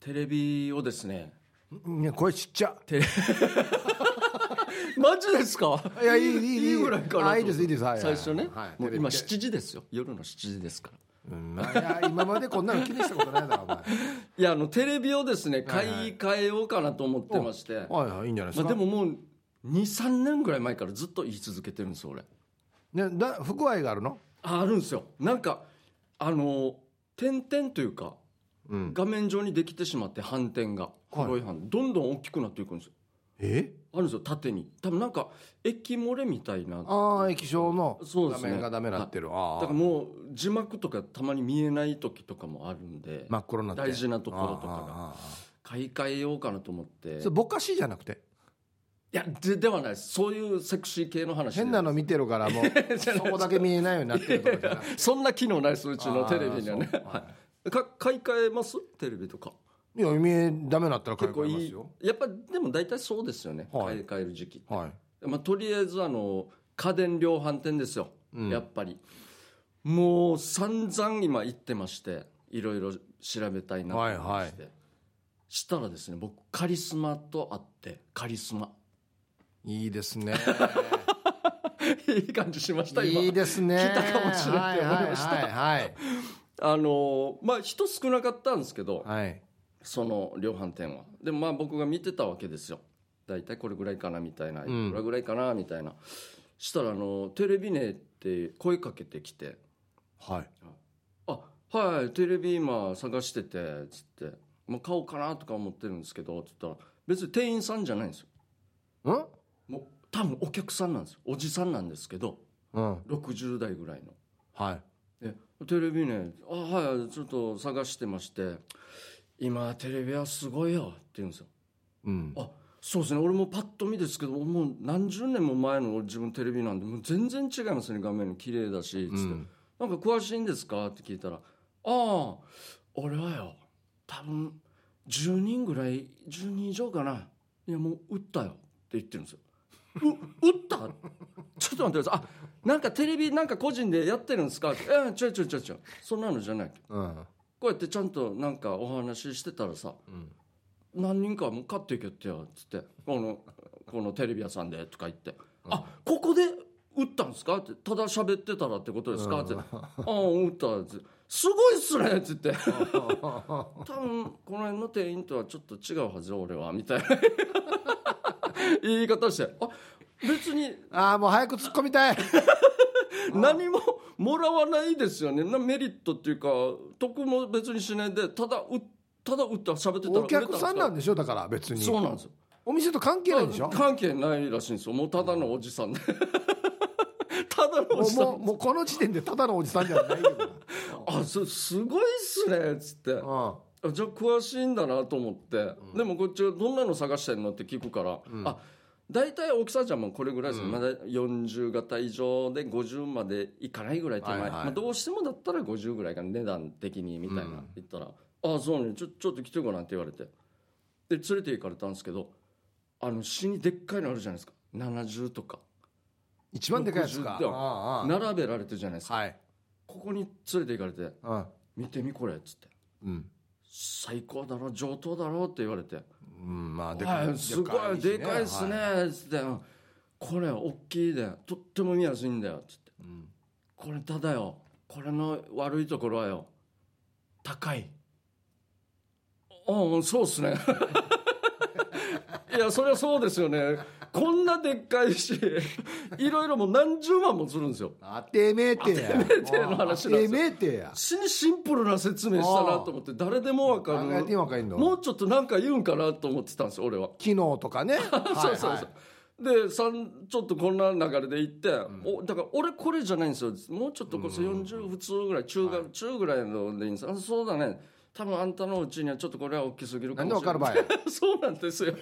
テレビをですねね、これちっちゃ。マジですかいやいいいいいいぐらいかなとあいいですいいですはいはい最初ね、はいもテレうビ今7時ですよ夜の7時ですからうん、いや今までこんなの気にしたことないだろ、おいやあのテレビをですねはい買い替えようかなと思ってまして、前。はいはい、いいんじゃないですまあ、か。でももう23年ぐらい前からずっと言い続けてるんです俺ね、だ、不具合があるの。ああるんですよなんかあの点々というかうん。画面上にできてしまって斑点が黒い斑、どんどん大きくなっていくんですよえ。あるんですよ縦に多分なんか液漏れみたいなだかああ、液晶の。そうで画すね面がダメになってる。あらあ。もう字幕とかたまに見えない時とかもあるんで、真っ黒になって。大事なところとかあがああああ買い替えようかなと思っていあそれぼかしじゃなくて。やでではないですそういうセクシー系の話で変なの見てるから、も う。そこだけ見えないようになってるとかじゃなくて。そんな機能ないですうちのテレビにはねああそうはか買い替えますテレビとかいや、見え、ダメになったら、買い結替構えまいすいよ。やっぱでも大体そうですよね、はい買い替える時期って、はい。まあ、とりあえずあの家電量販店ですよ、うんやっぱりもう散々今行ってましていろいろ調べたいなと思いまして、したらですね僕カリスマと会ってカリ スマいいで すね。いい感じしました今いいですね。来たかもしれないって思いましたはいはいあのまあ人少なかったんですけど、はい。はい。その量販店はでもまあ僕が見てたわけですよ大体これぐらいかなみたいな、こんれぐらいかなみたいなしたらあのテレビねって声かけてきてはい。 「あはいテレビ今探してて」つって「まあ、買おうかな」とか思ってるんですけどつったら別に店員さんじゃないんですようん。もう多分お客さんなんですよおじさんなんですけどうん。 60代ぐらいのはい。でテレビね「あはいちょっと探してまして今テレビはすごいよ」って言うんですようん。あそうですね俺もパッと見ですけどもう何十年も前の自分テレビなんでもう全然違いますね画面綺麗だしつって、うんなんか詳しいんですか?」って聞いたら「ああ俺はよ多分10人ぐらい10人以上かないやもう打ったよ」って言ってるんですよ。う打ったちょっと待ってくださいあなんかテレビなんか個人でやってるんですかって「えちょいちょいちょいちょいそんなのじゃないうん。こうやってちゃんとなんかお話ししてたらさ、何人かもう買っていけってよっつってこのこのテレビ屋さんでとか言って、あここで打ったんですかってただ喋ってたらってことですかって、あ あ打ったっつってすごいっすねっつって 多分この辺の店員とはちょっと違うはずよ俺はみたいな 言い方してあ別にああ、もう早く突っ込みたい。何も もらわないですよねなメリットっていうか得も別にしないでただうただ打って喋ってたらお客さんなんででしょだから、別に。そうなんですよお店と関係ないんでしょ関係ないらしいんですよもうただのおじさんで ただのもおう、じさもうんもうこの時点でただのおじさんじゃないよ。あそすごいっすねっつってうあん。じゃあ詳しいんだなと思って、でもこっちはどんなの探してんのって聞くから、あ大体大きさじゃもうこれぐらいです、まだ40型以上で50までいかないぐらい手前、はいはいまあ、どうしてもだったら50ぐらいが値段的にみたいな、言ったら「ああそうねちょちょっと来てごらん」って言われてで連れて行かれたんですけどあの死にでっかいのあるじゃないですか70とか一番でかいやつ60か。でうんうん並べられてるじゃないですか、はい。ここに連れて行かれてうん。 「見てみこれ」っつってうん。 「最高だろ上等だろ」って言われてうん、まあ、でか。はいい、すごいでかいっすねはい。つってうん「これ大きいでとっても見やすいんだよ」つってうん「これただよこれの悪いところはよ高い」「うんそうっすね」 いやそりゃそうですよねこんなでっかいしいろいろもう何十万もするんですよ当てめえてや。当えての話なんですよてめえてや。死にシンプルな説明したなと思って誰でもわか考えてるわかんの。もうちょっとなんか言うんかなと思ってたんですよ俺は機能と かね。そうそうそう。でさんちょっとこんな流れで行って、おだから俺これじゃないんですよもうちょっとこそ40普通ぐらい中,、中ぐらいのでいいんですあそうだね多分あんたのうちにはちょっとこれは大きすぎるなかんでもしわかれるなばい い。そうなんですよ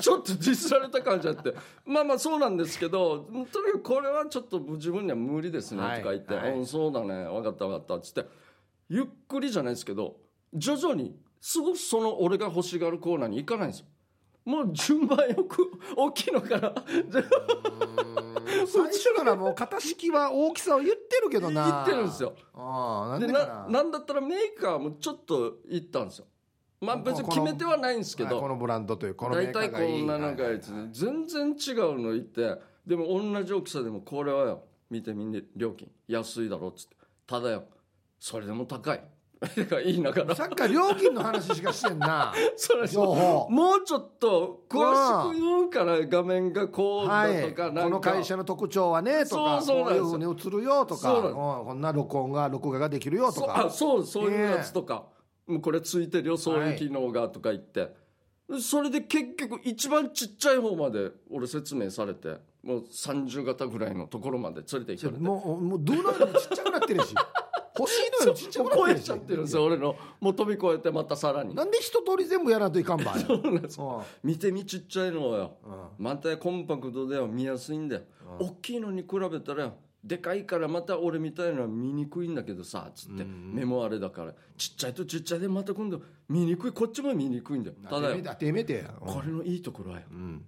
ちょっと実された感じあってまあまあそうなんですけどとにかくこれはちょっと自分には無理ですねはいとか言って「はいうんそうだね分かった分かった」っつってゆっくりじゃないですけど徐々にすごくその俺が欲しがるコーナーに行かないんですよもう順番よく大きいのから最初からもう型式は大きさを言ってるけど言なってるんですよああなんででかなななんだったらメーカーもちょっと行ったんですよまあ別に決めてはないんですけはいこどのブランドというこのメ大ーカ体こーがいいんななんかはいやつ全然違うの言ってでも同じ大きさでもこれはよ見てみんな料金安いだろっつってただよそれでも高い とか言いながらさっきから料金の話しかしてんな それ情報もうちょっと詳しく言うから画面がこうはだとい、かこなんかの会社の特徴はねとかそうそうなんですよこういうふうに映るよとかそうなんうんですこんな録音が録画ができるよとそうかあそうそういうやつとか、もうこれついてるよそういう機能がとか言って、それで結局一番ちっちゃい方まで俺説明されてもう30型ぐらいのところまで連れて行かれて。もうもうどうなるのちっちゃくなってるし欲しいのよちっちゃくな超ってえるしちゃってるんですよ俺のもう飛び越えてまたさらになんで一通り全部やらんといかんばいうん見てみちっちゃいのようんまたコンパクトでは見やすいんだよ大きいのに比べたらでかいからまた俺みたいのは見にくいんだけどさつって目もあれだからちっちゃいとちっちゃいでまた今度見にくいこっちも見にくいんだよただよ当てめてやこれのいいところはよん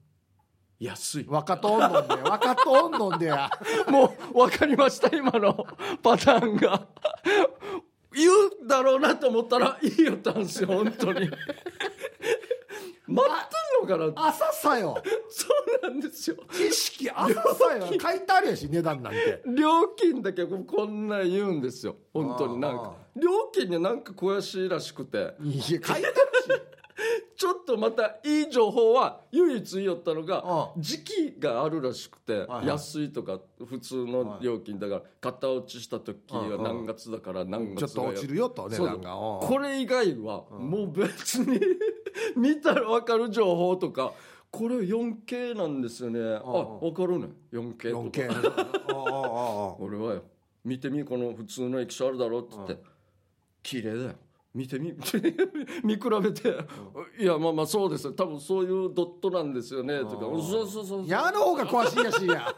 安い若とんどんで若とんどんでや もう分かりました今のパターンが 言うだろうなと思ったらいいよったんですよ本当 に待ってんのかなって朝さよそうなんですよ知識朝さ よ書いてあるやし値段なんて料金だけこんなん言うんですよ本当になんあか料金になんか悔しいらしくていや書いてあるちょっとまたいい情報は唯一言いよったのがう時期があるらしくてはい安いとか普通の料金だから型落ちした時は何月だから何しちょっ月だとよ落ちるよと値そう段がうんこれ以外はもう別に 見たら分かる情報とかこれ 4K なんですよねあうん分かるね 4K とか 4K おうおうおうおう俺はよ見てみこの普通の液晶あるだろって言って、綺麗だよ見てみ 見比べて、いやまあまあそうですよ多分そういうドットなんですよねとかそうそうそうやの方が詳しいやしや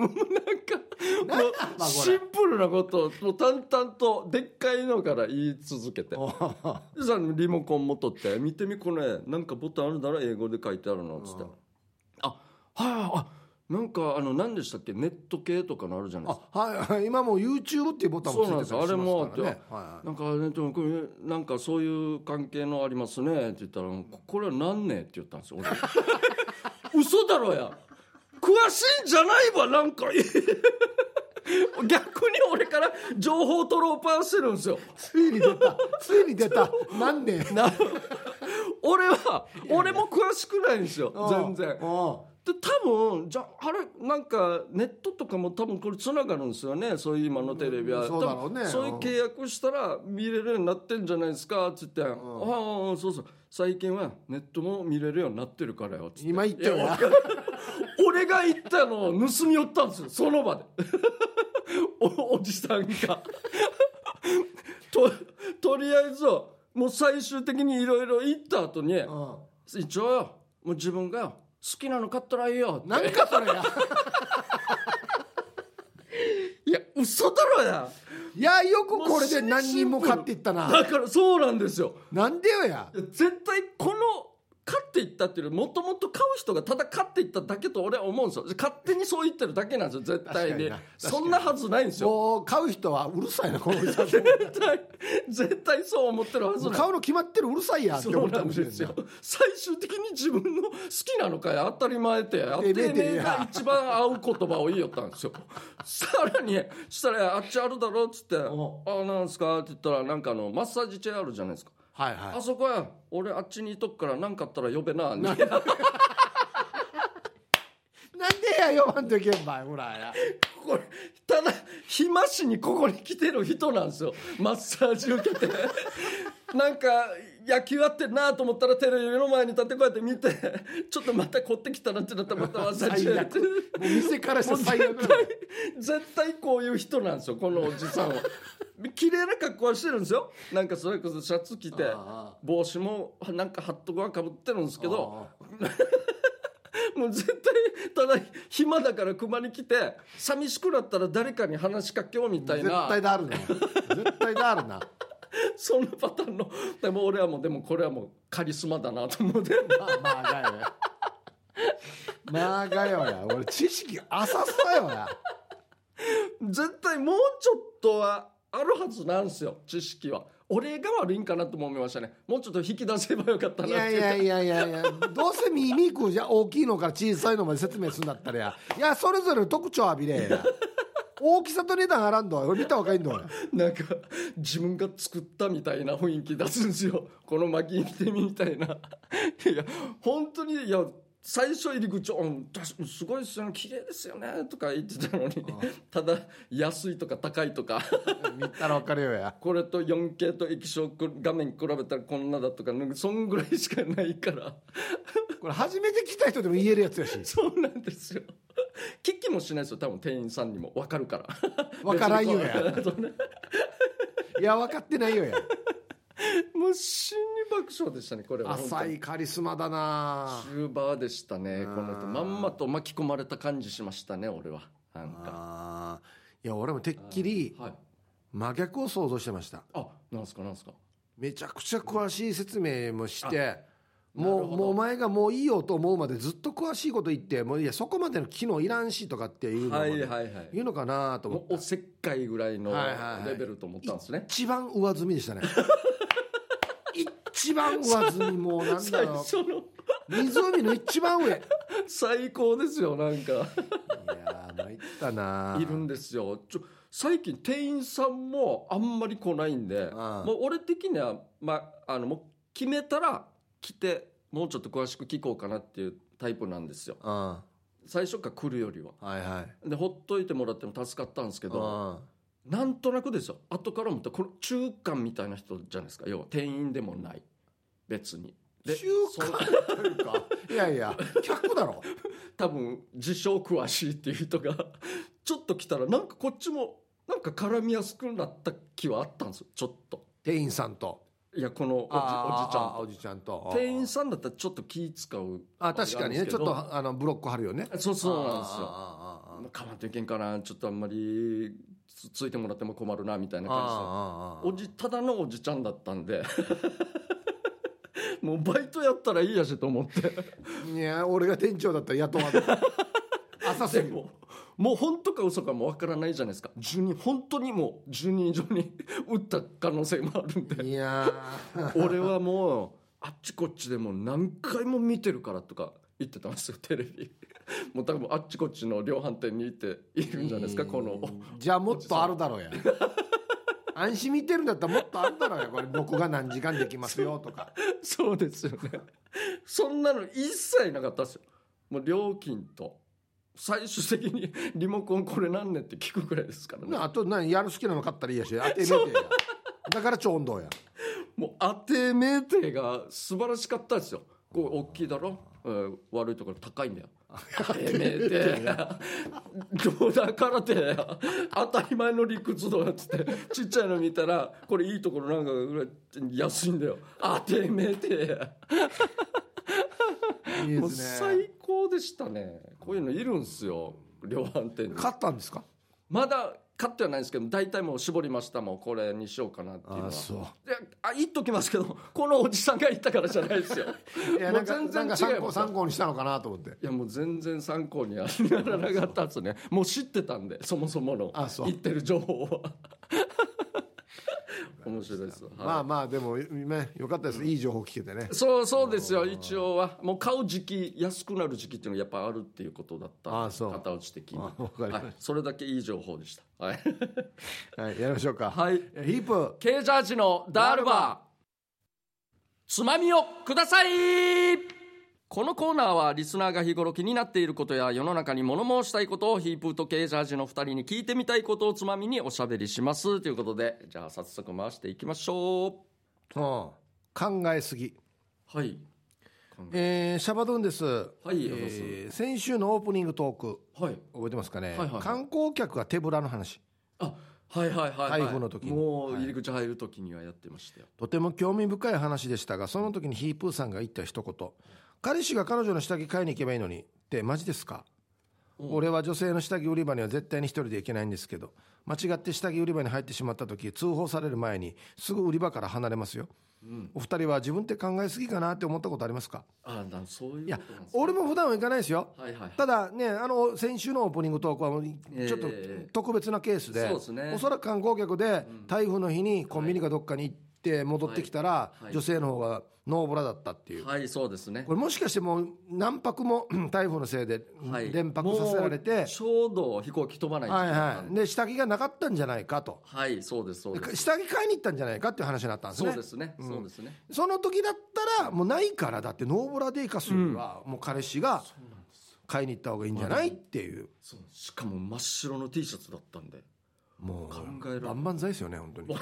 もうまあこシれンプルなことをもう淡々とでっかいのから言い続けておうおうでさリモコンも取って「見てみこれなんかボタンあるなら英語で書いてあるの」っつって「あはいはいあなんかあの何でしたっけネット系とかのあるじゃないですか」あはいはい今もう YouTube っていうボタンもついてたりしますからねそうなんですよあれもはいなんかあれでもこれなんかそういう関係のありますねって言ったらここれは何ねって言ったんですよ 俺嘘だろや詳しいんじゃないわなんか 逆に俺から情報取ろうパーしてるんですよついに出たついに出たなんでな俺は俺も詳しくないんですよ全然おで多分じゃあれなんかネットとかも多分これつながるんですよねそういう今のテレビは、うんそうだろうね多分そういう契約したら見れるようになってんじゃないですかっつって「ああそうそう最近はネットも見れるようになってるからよ」っつって今言ったよいやわかん俺が言ったのを盗み寄ったんですよその場で おおじさんがととりあえずもう最終的にいろいろ言った後に、うおう一応よもう自分がよ好きなの買ったらいいよってなんかそれやいや嘘だろやいやよくこれで何人も買っていったなだからそうなんですよなんでよやいや絶対この買っていったっていうよりもともと買う人がただ買っていっただけと俺は思うんですよ勝手にそう言ってるだけなんですよ絶対に確かにな確かにそんなはずないんですよもう買う人はうるさいなこのおじさん絶対絶対そう思ってるはずもうない買うの決まってるうるさいやってそ思うったなかんもしれでんすよな最終的に自分の好きなのかや当たり前ってやってえねえねええが一番合う言葉を言いよったんですよさらにしたら「あっちあるだろ」っつって「おあなんすか?」って言ったらなんかあのマッサージチェアあるじゃないですかは「いはあそこや俺あっちにいとくから何かあったら呼べな」 ないなんでや呼ばんといけんばいほらやこれただ暇しにここに来てる人なんですよマッサージ受けて なんか野球やってんなと思ったらテレビの前に立ってこうやって見てちょっとまた凝ってきたなってなったらまたマッサージ最やっ悪てもう店からして最悪絶対こういう人なんですよこのおじさん は綺麗な格好はしてるんですよなんかそれこそシャツ着てあ帽子もなんかハットがかぶってるんですけどあもう絶対ただ暇だから熊に来て寂しくなったら誰かに話しかけようみたい絶な対だあるな絶対だあるなそのパターンのでも俺はもうでもこれはもうカリスマだなと思ってまあまあがよや。まあがよや。俺知識浅さよや。絶対もうちょっとはあるはずなんですよ知識は俺が悪いんかなとも思いましたねもうちょっと引き出せばよかったなっいていうやかいやいやいやいやどうせ耳くじゃ大きいのから小さいのまで説明するんだったらやいやそれぞれの特徴浴びれや大きさと値段あらんど俺見たらわかんの なんか自分が作ったみたいな雰囲気出すんですよ この巻き見てみみたいな いや本当にいや最初入り口うん確かにすごいですよね綺麗ですよねとか言ってたのに ただ安いとか高いとか 見たらわかるよやこれと 4K と液晶画面比べたらこんなだとかなんかそんぐらいしかないから これ初めて来た人でも言えるやつやしそうなんですよ 聞きもしないですよ多分店員さんにも分かるから分からんよ 別やにこうそんないや分かってないよやもう死に爆笑でしたねこれは本当に浅いカリスマだなシューバーでしたねあーこの人まんまと巻き込まれた感じしましたね俺はなんかあーいや俺もてっきりはい真逆を想像してましたあなんすかなんすかめちゃくちゃ詳しい説明もしてもなるうほどもうお前がもういいよと思うまでずっと詳しいこと言ってもういやそこまでの機能いらんしとかっていうの,、はいはいは言いうのかなと思もってうおせっかいぐらいのはいはいはいレベルと思ったんですね一番上積みでし たね一番上積みもうなんだ 最ろ初のう湖の一番上いや最高ですよなんかー参ったないるんですよちょ最近店員さんもあんまり来ないんでああもう俺的にはまあのもう決めたら来てもうちょっと詳しく聞こうかなっていうタイプなんですようんは最初から来るよりはいはいでほっといてもらっても助かったんですけどうなんとなくですよ後から思ったらこの中間みたいな人じゃないですか要は店員でもない別にんで中華というかいやいや客だろ多分自称詳しいっていう人が ちょっと来たらなんかこっちもなんか絡みやすくなった気はあったんですよちょっと店員さんといやこのおじおじちゃんあーとおじちゃんと店員さんだったらちょっと気使うあ確かにねちょっとあのブロック貼るよねそうそうなんですよあーあーあーあーまあかまんといけんかなちょっとあんまりつついてもらっても困るなみたいな感じであーあーあーおじただのおじちゃんだったんで もうバイトやったらいいやしと思っていや俺が店長だったら雇 わない浅で瀬もももう本当か嘘かもわからないじゃないですか10人本当にもう10人以上に撃った可能性もあるん でいやー俺はもうあっちこっちでもう何回も見てるからとか言ってたんですよテレビもう多分あっちこっちの量販店に行っているんじゃないですかこのじゃあもっとあるだ ろうや安心見てるんだったらもっとあるだろうやこれ僕が何時間できますよとか そうですよね。そんなの一切なかったですよ。もう料金と、最終的に リモコンこれなんねんって聞くくらいですからね。なあと何やる好きなの買ったらいいやし当てめてやだから超運動やもう当て命定が素晴らしかったですよ。こう大きいだろ、えー悪いところ高いんだよ。当て命定どうだからて当たり前の理屈だっつってちっちゃいの見たらこれいいところなんかぐらい安いんだよ当て命定いいもでうすね最高でしたねこういうのいるんすよ量販店に買ったんですかまだ買ってはないんですけど大体もう絞りましたもんこれにしようかなっていうのはいうやあ言っときますけどこのおじさんが言ったからじゃないですよ いやもなうんか全然な違んいかます参考参考にしたのかなと思っていやもう全然参考にはならなかったですねもう知ってたんでそもそものあそう言ってる情報は 面白いです、はいまあまあでもねよかったですいい情報聞けてねそうそうですよ一応はもう買う時期安くなる時期っていうのがやっぱあるっていうことだったああそう片落ち的に、あわかりましたはい、それだけいい情報でしたはい、 はいやりましょうかはい、えヒープ K ジャージのダールバーつまみをくださいこのコーナーはリスナーが日頃気になっていることや世の中に物申したいことをヒープーとケージャージの2人に聞いてみたいことをつまみにおしゃべりしますということでじゃあ早速回していきましょうん考えすぎうはいえーシャバドゥンです、いえー先週のオープニングトークはい覚えてますかね、はいはいはい観光客が手ぶらの話あはいはいはい、はい、台風の時にもう入り口入る時にはやってましたよ、とても興味深い話でしたがその時にヒープーさんが言った一言「彼氏が彼女の下着買いに行けばいいのに」ってマジですかうん俺は女性の下着売り場には絶対に一人で行けないんですけど間違って下着売り場に入ってしまった時通報される前にすぐ売り場から離れますようん、お二人は自分って考えすぎかなって思ったことありますかあなんそういうことなんいやですね俺も普段は行かないですよはいはいはいただね、あの先週のオープニングトークはもうえちょっと特別なケースで、そうですねおそらく観光客で台風の日にコンビニかどっかに行っって戻ってきたら、いはい女性の方がノーボラだったっていう、はいそうですねこれもしかしてもう何泊も うん台風のせいではい連泊させられて、はもういちょうど飛行機飛ばない時期だったはんい、でで下着がなかったんじゃないかとはいそうですそうです下着買いに行ったんじゃないかっていう話になったんですそねうですねそうですねその時だったらもうないからだってノーボラで生かすよりはもう彼氏が買いに行った方がいいんじゃないっていうそうしかも真っ白の T シャツだったんで も考うえられない万々歳ですよね本当に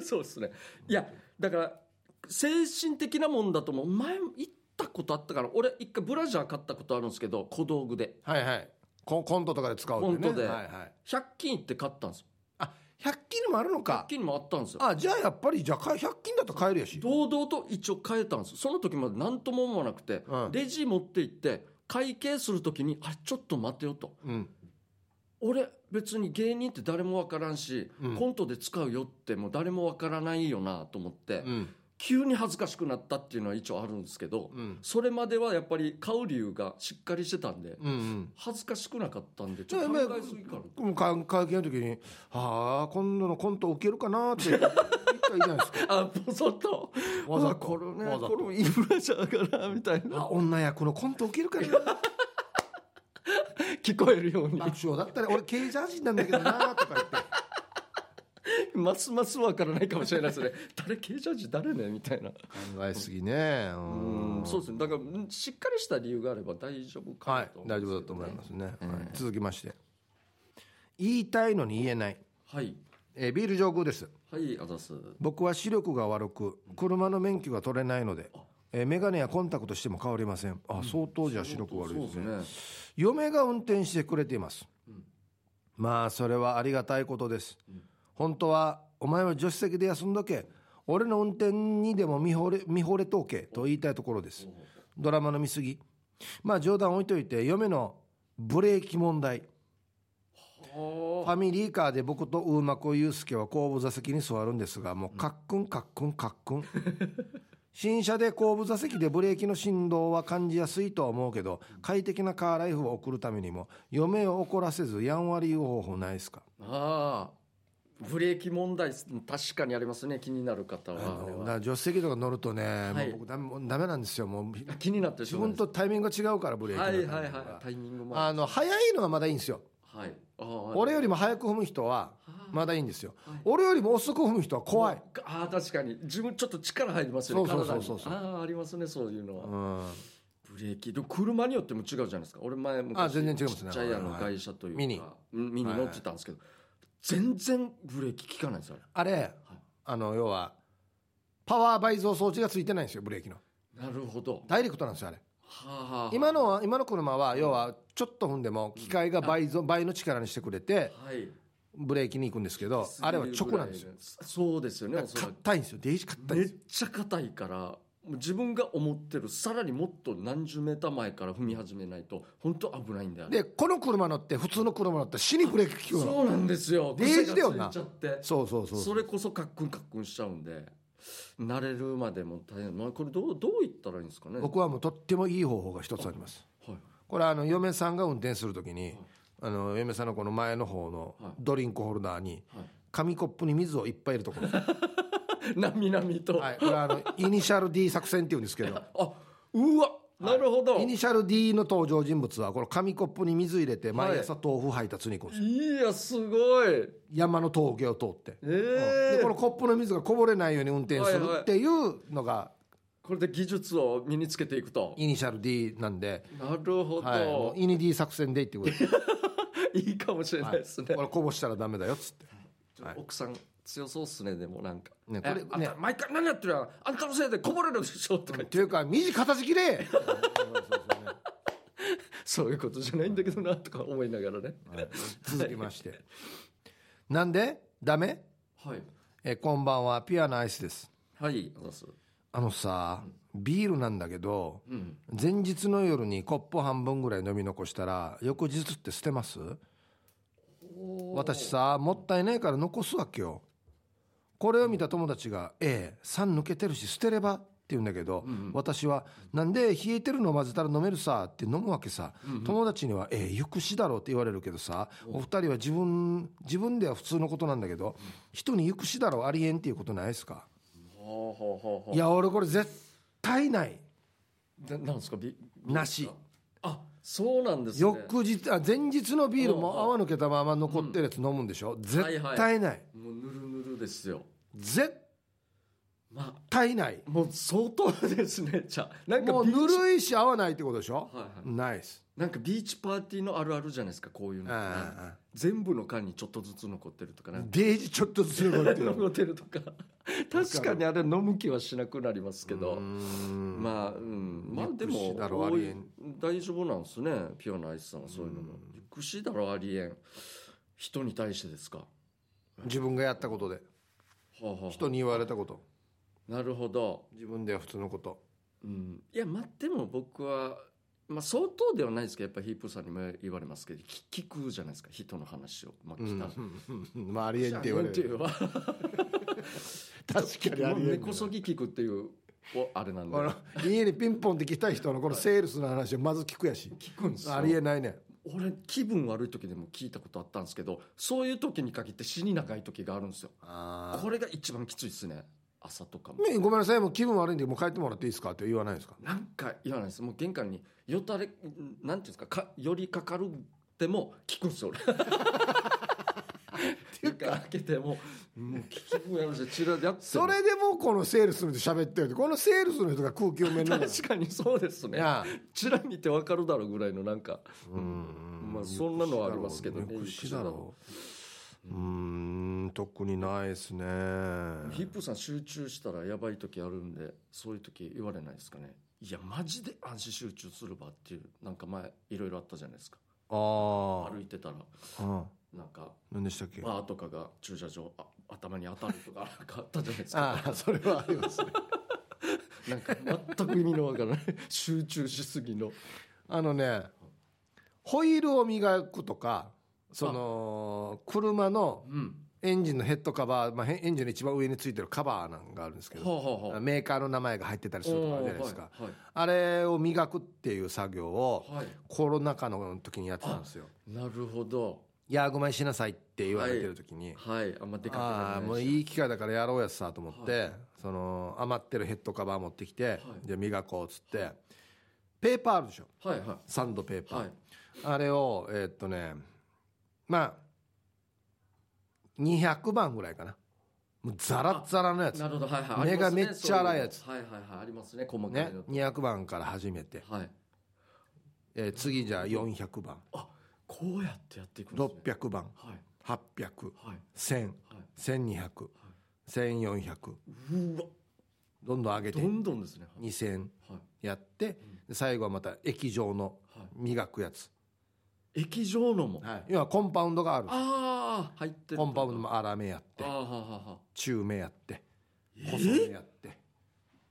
そうですねいやだから精神的なもんだとも前も行ったことあったから俺一回ブラジャー買ったことあるんですけど小道具ではいはいコンコントとかで使うっていうねコントではいはい、 100均行って買ったんですよあ百100均にもあるの100か均にもあったんですよあじゃあやっぱりじゃあ買い100均だと買えるやし堂々と一応変えたんですその時まで何とも思わなくて、うんレジ持って行って会計する時にあれちょっと待てよとうん俺別に芸人って誰もわからんし、うんコントで使うよってもう誰もわからないよなと思って、うん急に恥ずかしくなったっていうのは一応あるんですけど、うんそれまではやっぱり買う理由がしっかりしてたんで、うんうん恥ずかしくなかったんでちょっと考えすぎかなでも会会計の時に「ああ今度のコント受けるかな」って言ったらいいじゃない です かあポソッとわざとあこれねわざとこれもインフラじゃからみたいなあ女役のコント受けるかな聞こえるように爆笑だったら俺刑事人なんだけどなとか言ってますますわからないかもしれないです ね誰系ジャージ誰ねみたいな考えすぎねううんそうですねだからうんしっかりした理由があれば大丈夫かはないと、大丈夫だと思いますね、うんはい続きまして言いたいのに言えない、はいえービール上空ですはいあざす僕は視力が悪く車の免許が取れないので、えー、眼鏡やコンタクトしても変わりませんあ相当じゃ視力悪いですねそうで嫁が運転してくれています、まあそれはありがたいことです、本当はお前は助手席で休んどけ俺の運転にでも見惚れ見惚れとけと言いたいところですドラマの見過ぎまあ冗談置いといて嫁のブレーキ問題すねはファミリーカーで僕とウーマコユースケは後部座席に座るんですがもうカックンカックンカッ クン新車で後部座席でブレーキの振動は感じやすいとは思うけど快適なカーライフを送るためにも嫁を怒らせずやんわり言う方法ないですかあああブレーキ問題確かにありますね気になる方あはあれのはだから助手席とか乗るとね、はいもう僕ダメもうダメなんですよもう気になってし自ょうがな分いでとタイミングが違うからブレすーはキいのはいタイはいタイミミングがングもあの早いのはまだいいんですよはいああ俺よりも早く踏む人はまだいいんですよはい俺よりも遅く踏む人は怖いああ確かに自分ちょっと力入りますよねそう体そうにそうそうそうああありますねそういうのは、うんブレーキでも車によっても違うじゃないですか俺前昔あ全然違いますねちっちゃいあの会社というか、ミニうんミニ乗ってたんですけど、全然ブレーキ効かないんですよああれ、あの要はパワー倍増装置がついてないんですよブレーキのれなるほどダイレクトなんですよあれはあ、はあ、今のは今の車は要はちょっと踏んでも機械が倍増倍の力にしてくれてはいブレーキに行くんですけどあれは直なんですよそうですよねおそらく硬いんですよデージ硬いんめでっすちよゃ硬いからもう自分が思ってるさらにもっと何十メーター前から踏み始めないと本当危ないんだよねでこの車乗って普通の車乗って死にブレーキ効くのそうなんですよデージだよな癖がついちゃってそうそうそうそれこそカックンカックンしちゃうんで慣れるまでも大変、まあ、これどうどう言ったらいいんですかね僕はもうとってもいい方法が一つありますはいこれはあの嫁さんが運転するときにあの嫁さんのこの前の方のはいドリンクホルダーにはい紙コップに水をいっぱい入れところなみなみと、はい、これはあのイニシャル D 作戦っていうんですけどあうわなるほど、イい、ニシャル D の登場人物はこの紙コップに水入れてはい毎朝豆腐配達に行くんですよ、やすごい山の峠を通って、えーでこのコップの水がこぼれないように運転するはいはいっていうのがこれで技術を身につけていくとイニシャル D なんで、なるほど、はい、もうイニ D 作戦でいってくれて、い、いかもしれないですね、これこぼしたらダメだよっつってちょっと奥さん強そうっすねでもなんか、ねえこれねあんた毎回何やってるやあんたのせいでこぼれるでしょとか、っていうか虹片付きでそういうことじゃないんだけどなとか思いながらね続きましてなんでダメはいえこんばんはピュアなアイスですはいあざっすあのさビールなんだけど、うん前日の夜にコップ半分ぐらい飲み残したら翌日って捨てます私さもったいないから残すわけよこれを見た友達が「ええ酸抜けてるし捨てれば」って言うんだけど、私は「なんで冷えてるの混ぜたら飲めるさ」って飲むわけさ、友達には「ええゆくしだろ」って言われるけどさお二人は自分自分では普通のことなんだけど人に「ゆくしだろありえん」っていうことないですかうほうほうほうほういや俺これ絶対ないななんですかビビなしあそうなんですね翌日あ前日のビールも泡抜けたまま残ってるやつ飲むんでしょ、絶対ないもうぬるぬるですよ絶ま対ないあもう相当ですねじゃあなんかもうビぬーチるいし合わないってことでしょ、はいはいナイスなんかビーチパーティーのあるあるじゃないですかこういうのってねああ全部の缶にちょっとずつ残ってるとかねデージちょっとずつ残ってる 残ってるとか確かにあれ飲む気はしなくなりますけどうんまあうんまあでゆっくもしだろありえん多い大丈夫なんですねピュアなアイスさんはそういうのもゆっくしだろありえん人に対してですか、は自分がやったことであはあ人に言われたことなるほど自分では普通のことうん、いやまあでも僕は、まあ、相当ではないですけどやっぱヒープーさんにも言われますけど聞聞くじゃないですか人の話を、まあ、う聞んたら。うんまあありえんって言われじゃあるなんていうわ確かにあもうりえ根んこそぎ聞くっていうおあれなんでこの家にピンポンって来た人のこのセールスの話をまず聞くやし聞くんですよありえないね俺気分悪い時でも聞いたことあったんですけどそういう時に限って死に長い時があるんですよあこれが一番きついですね朝とかもごめんなさいもう気分悪いんでもう帰ってもらっていいですかって言わないんですかなんか言わないですもう玄関によたれなんていうんですかか寄りかかるでも聞くんですよ俺ていうか開けてももう聞くやるしチラでやってもそれでもこのセールスの人喋ってるってこのセールスの人が空気読めんなが ら確かにそうですねやチラ見てわかるだろうぐらいのなんかうんまあそんなのはありますけどね抑止だろううん特にないですねヒップーさん集中したらやばい時あるんでそういう時言われないですかねいやマジで安心集中するばっていうなんか前いろいろあったじゃないですかあ歩いてたらあうんなんか何でしたっけバーとかが駐車場あ頭に当たるとかなんかあったじゃないですかああそれはありますね なんか全く意味のわからない集中しすぎのあのねホイールを磨くとかその車のうんエンジンのヘッドカバー、まあ、へエンジンの一番上についてるカバーなんかあるんですけはあどはあはあメーカーの名前が入ってたりするとかあるじゃないですか、おーあれを磨くっていう作業をはい、はいはいコロナ禍の時にやってたんですよなるほどヤーグマにしなさいって言われてる時に、はいあんまであかあくもなういいい機会だからやろうやつさと思って、その余ってるヘッドカバー持ってきて、じゃあ磨こうっつって、ペーパーあるでしょはいはサンドペーいパー、はいあれをえーっとねまあ200番ぐらいかなもうザラッザラのやつなるほどはいはい目がありますねめっちゃ粗いやつそううのはいはいはいありますね細かいねのと、 200番から始めて、はいえー次じゃあ400番あこうやってやっていくんですね600番はい80010001200はいはい1400うわどんどん上げどてんどんですねはい2000はやってで最後はまた液状のい、はい磨くやつ、液状のも要はコンパウンドがあるああ入ってるコンパウンドも粗めやってああははは中目やってえ細めやって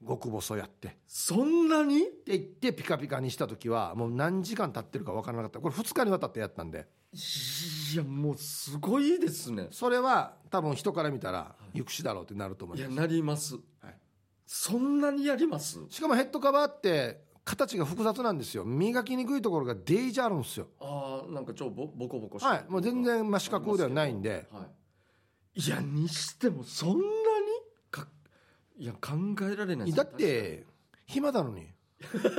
極細やってそんなにって言ってピカピカにした時はもう何時間経ってるか分からなかったこれ2日にわたってやったんでいやもうすごいですねそれは多分人から見たら行くしだろうってなると思いいやまなります、はいそんなにやりますすしかもヘッドカバーって形が複雑なんですよ磨きにくいところがデージあるんですよああなんか超ボボコボコしてはいもう全然真四角ではないんではい、いやにしてもそんなにかいや考えられないですだって暇なのに確かに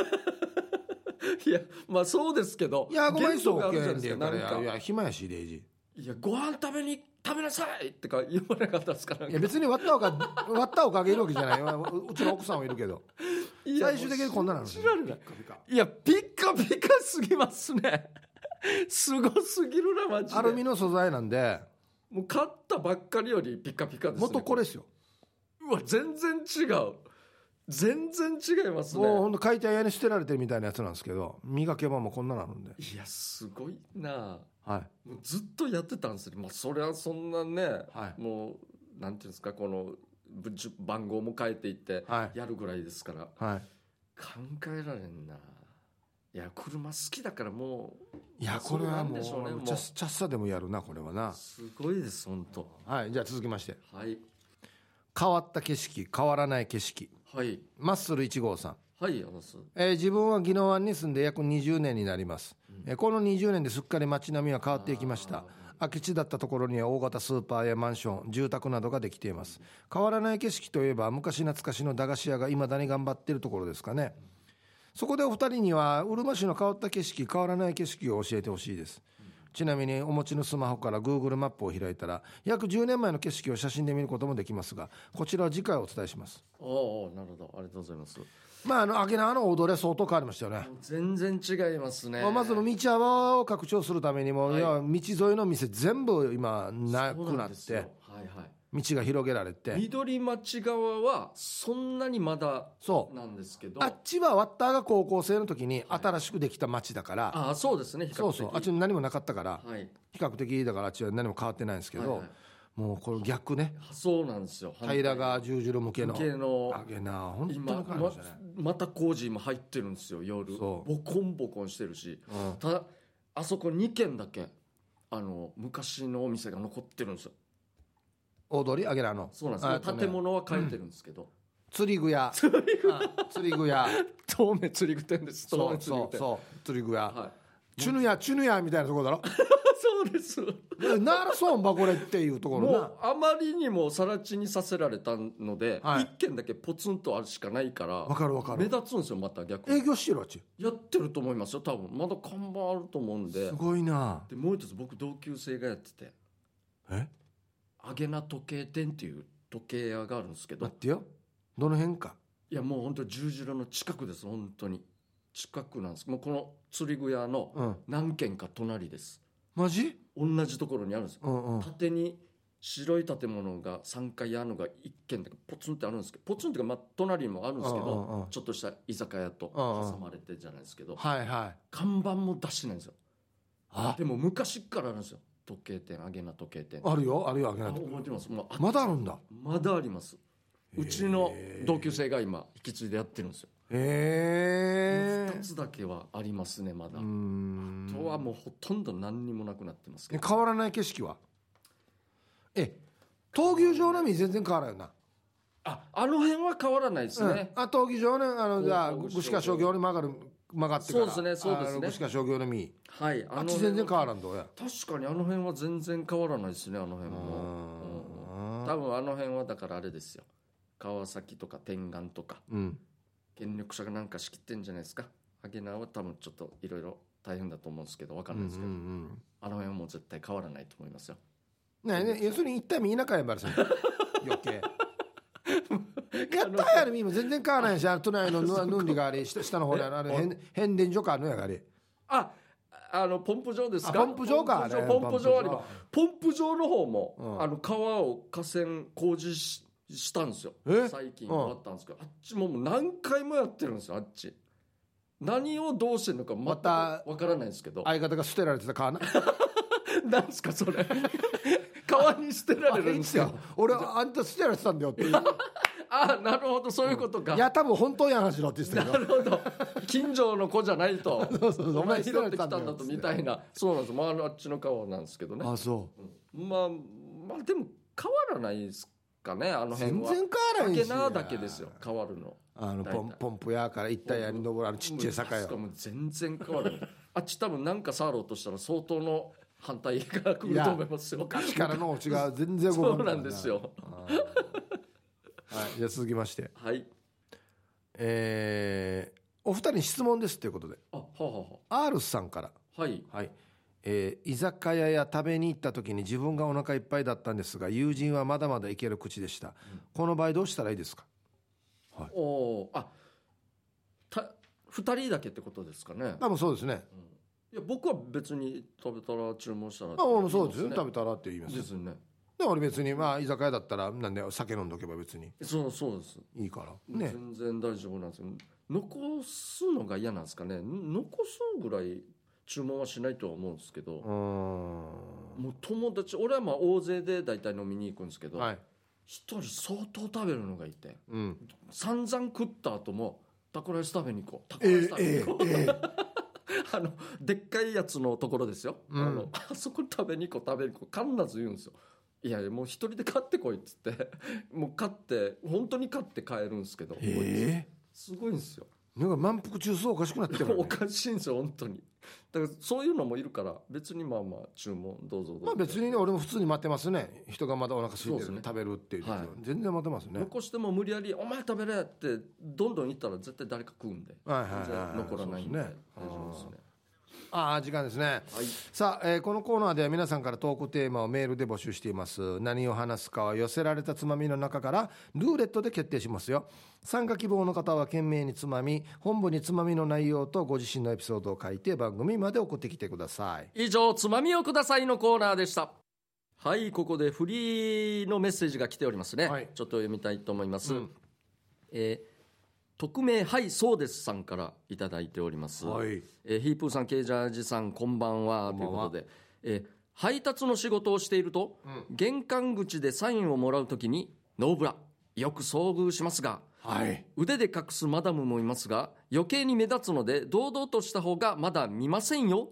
いやまあそうですけどいやごめん元素そうがあるじゃないですいかなんかや暇やしデイジいやご飯食べに食べなさいってか言わなかったですかなんいかや別に割ったおか割ったおかげいるわけじゃないわううちの奥さんはいるけどいや最終的にこんななの信じられないピッカピカいやピッカピカすぎますね すごすぎるなマジでアルミの素材なんでもう買ったばっかりよりピッカピカですねもっとこれですようわ全然違う全然違いますねもうほんと解体屋に捨てられてるみたいなやつなんですけど磨けばもうこんななるんでいやすごいなはいもうずっとやってたんですよ、まあ、そりゃそんなね、はいもうなんていうんですかこのぶじゅ番号も変えていってはやるぐらいですから、はい考えられんないや車好きだからもいやこれはもうそうなんでしょうねもうちゃっちゃっさでもやるなこれはうなすごいです本当はいじゃあ続きましてはい変わった景色変わらない景色はいマッスル1号さんはいあのすえー自分は宜野湾に住んで約20年になります、えーこの20年ですっかり街並みは変わっていきました空き地だったところには大型スーパーやマンション住宅などができています変わらない景色といえば昔懐かしの駄菓子屋がいまだに頑張っているところですかねそこでお二人にはうるま市の変わった景色変わらない景色を教えてほしいですちなみにお持ちのスマホから Google マップを開いたら約10年前の景色を写真で見ることもできますがこちらは次回お伝えしますああなるほどありがとうございますまああのアゲナの踊りは相当変わりましたよね全然違いますねまあまず道幅を拡張するためにも、要は道沿いの店全部今なそうくなっですよてはいはい道が広げられて緑町側はそんなにまだそうなんですけどあっちはワッターが高校生の時に新しくできた町だから、あそうですね比較的そうそうあっちに何もなかったから、はい比較的だからあっちは何も変わってないんですけど、はいはいもうこれ逆ねあそうなんですよ平らが十字路向けの系のあげな本当に今変わまりましたねまた工事今入ってるんですよ夜ボそうコンボコンしてるし、うんただあそこ2軒だけあの昔のお店が残ってるんですよ大通りあげなのそうなんですよ、あとね建物は変えてるんですけど、釣り具屋釣り 具屋透明釣り具店ですそ透明う釣りそ具う店そう釣り具屋はいチュヌヤチュヌヤみたいなところだろ そうですえならそうばこれっていうところもなうあまりにも更地にさせられたので、はい一軒だけポツンとあるしかないからわかるわか目る立つんですよまた逆営に業してるわっちやってると思いますよ多分まだ看板あると思うんですごいなでもう一つ僕同級生がやっててえアゲナ時計店っていう時計屋があるんですけど待ってよどの辺かいやもう本当十字路の近くです本当に近くなんですもうこの釣り具屋のうん何軒か隣ですマジ同じところにあるんですようんうん縦に白い建物が3階あるのが1軒だけポツンってあるんですけどポツンっていうかまあ隣にもあるんですけうんうんうどんちょっとした居酒屋とうんうん挟まれてじゃないですけどはいはい看板も出してないんですよあでも昔からあるんですよ時計店アゲナ時計店ああるよあるよあげないと覚えてますもうあまだあるんだまだありますうちの同級生が今引き継いでやってるんですよへ2えつだけはありますねまだうーんあとはもうほとんど何にもなくなってますけえど変わらない景色はえ闘牛場の海全然変わらないよなああの辺は変わらないですね、うんあ闘技場のあのじゃあ闘技場ぐしか商業に曲がる曲がってからそうですねそうですねあのぐしか商業の海はいああっのち全然変わららんどうや確かにあの辺は全然変わらないですねあの辺も、うん多う分あの辺はだからあれですよ川崎とか天眼とかん権力者がなんか仕切ってんじゃないですかハゲナーは多分ちょっといろいろ大変だと思うんですけどわかんないですけど、うんあの辺はもう絶対変わらないと思いますよねえねえ要するに一体見なかやば らさん余計やったやる今全然変わらないしあの 隣のぬぬんりがあれ下下の方にあるあれ変変電所かあるのやがあれああのポンプ場ですかあポンプ場かあれポンプ場ありポンプ場ますポンプ場の方も、うんあの川を河川工事ししたんですよえ最近終わったんですけど、あっちももう何回もやってるんですよあっち何をどうしてるのかま全たくわからないんですけど、 相方が捨てられてたかななんですかそれ 川に捨てらあれれるいんでいっすすよよ俺はあんた捨てられてたんだよっていうあなるほどそういうことか、いや多分本当や話だって言ってたけなどるほど近所の子じゃないと そうそうそうお前拾ってきたんおだ前とみ捨てられてたいなそうなんですまああっちの川なんですけどねあそうまあまあでも変わらないですかねあの辺全は然変わらだないけしなだけですよ変わるのあのポン大体ポンプ屋から一体やに登るあのちっちゃい坂しかよも全然変わ らないあっち多分なんか触ろうとしたら相当の反対が来ると思いますよ力の落ちが全然そ動かなういからなんですよ はい、じゃあ続きまして、はいえーお二人に質問ですということで、あはあは R さんから、あはいはいえー居酒屋や食べに行った時に自分がお腹いっぱいだったんですが、友人はまだまだいける口でした。この場合どうしたらいいですかおおーあた2人だけってことですかね多分そうですね。いや僕は別に食べたら注文したらまあ、俺もそうですよ、ね食べたらって言います。ですねでも俺別に、まあ、居酒屋だったら、なんで酒飲んどけば別にそうそうですいいから。ね。全然大丈夫なんですよ残すのが嫌なんですかねん残すぐらい注文はしないとは思うんですけど、うーん。もう友達俺はまあ大勢で大体飲みに行くんですけどはい。一、人相当食べるのがいてうん。散々食った後もタコライス食べに行こうタコえライスー食べにえ行こう、ーえーあのでっかいやつのところですよ、うんあのあそこ食べに行こう食べに行こう必ず言うんですよいやいやもう一人で買ってこいっつってもう買って本当に買って帰るんですけどえーすごいんですよなんか満腹中枢おかしくなってる、ね、おかしいんですよ本当にだからそういうのもいるから別にまあまあ注文どうぞどうぞまあ別にね俺も普通に待ってますね人がまだお腹空いそうでてする、ね食べるっていう時は、はい全然待ってますね残しても無理やり「お前食べれ!」ってどんどん言ったら絶対誰か食うんではいはいは全い然残らないんでそうですね大丈夫ですねああ時間ですね、はいさあ、えーこのコーナーでは皆さんからトークテーマをメールで募集しています何を話すかは寄せられたつまみの中からルーレットで決定しますよ参加希望の方は懸命につまみ本部につまみの内容とご自身のエピソードを書いて番組まで送ってきてください以上「つまみをください」のコーナーでしたはいここでフリーのメッセージが来ておりますね、はいちょっと読みたいと思います、うんえー匿名はいそうですさんからいただいております、はいえーヒープーさんケイジャージさんこんばんはということで、えー配達の仕事をしていると、玄関口でサインをもらうときにノーブラよく遭遇しますがはい腕で隠すマダムもいますが余計に目立つので堂々とした方がまだ見ませんよ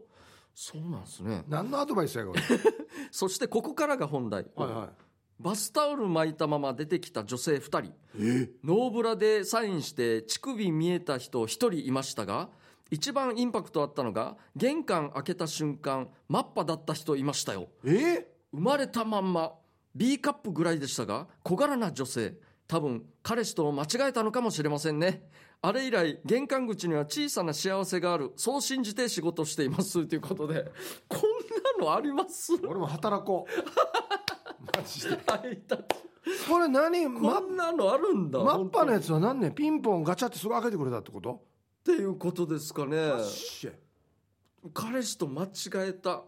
そうなんですね何のアドバイスやこれそしてここからが本題、はいはバスタオル巻いたまま出てきた女性2人ノーブラでサインして乳首見えた人1人いましたが一番インパクトあったのが玄関開けた瞬間マッパだった人いましたよいえ生まれたまんま B カップぐらいでしたが小柄な女性多分彼氏と間違えたのかもしれませんねあれ以来玄関口には小さな幸せがあるそう信じて仕事していますということでこんなのあります 俺も働こうマジで配達これ何こマんなのあるんだマッパのやっつは何ねピンポンガチャってすぐ開けてくれたってことていうことですかねシェ彼氏と間違えた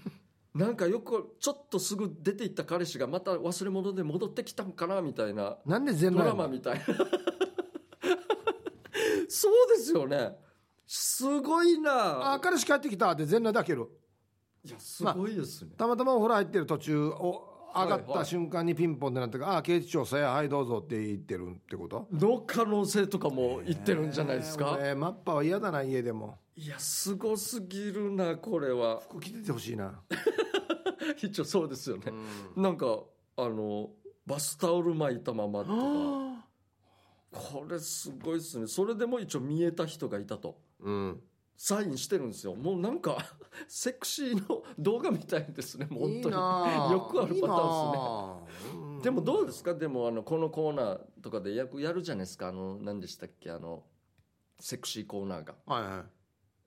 なんかよくちょっとすぐ出て行った彼氏がまた忘れ物で戻ってきたんかなみたい ななんで全ドラ裸マやみたいな そうですよねすごいあな彼氏帰ってきたって全裸で開けるいやすごいですね、たまたまお風呂入ってる途中お上がはっいはたい瞬間にピンポンってなってああ警視庁さやはいどうぞって言ってるってことの可能性とかも言ってるんじゃないですか、えー俺マッパは嫌だな家でもいやすごすぎるなこれは服着ててほしいな 一応そうですよね、なんかあのバスタオル巻いたままとかこれすごいですねそれでも一応見えた人がいたとうんサインしてるんですよもうなんか セクシーの動画みたいですねもう本当にいいなあよくあるパターンですねいいなあうんでもどうですかでもあのこのコーナーとかでややるじゃないですかあの何でしたっけあのセクシーコーナーがはいは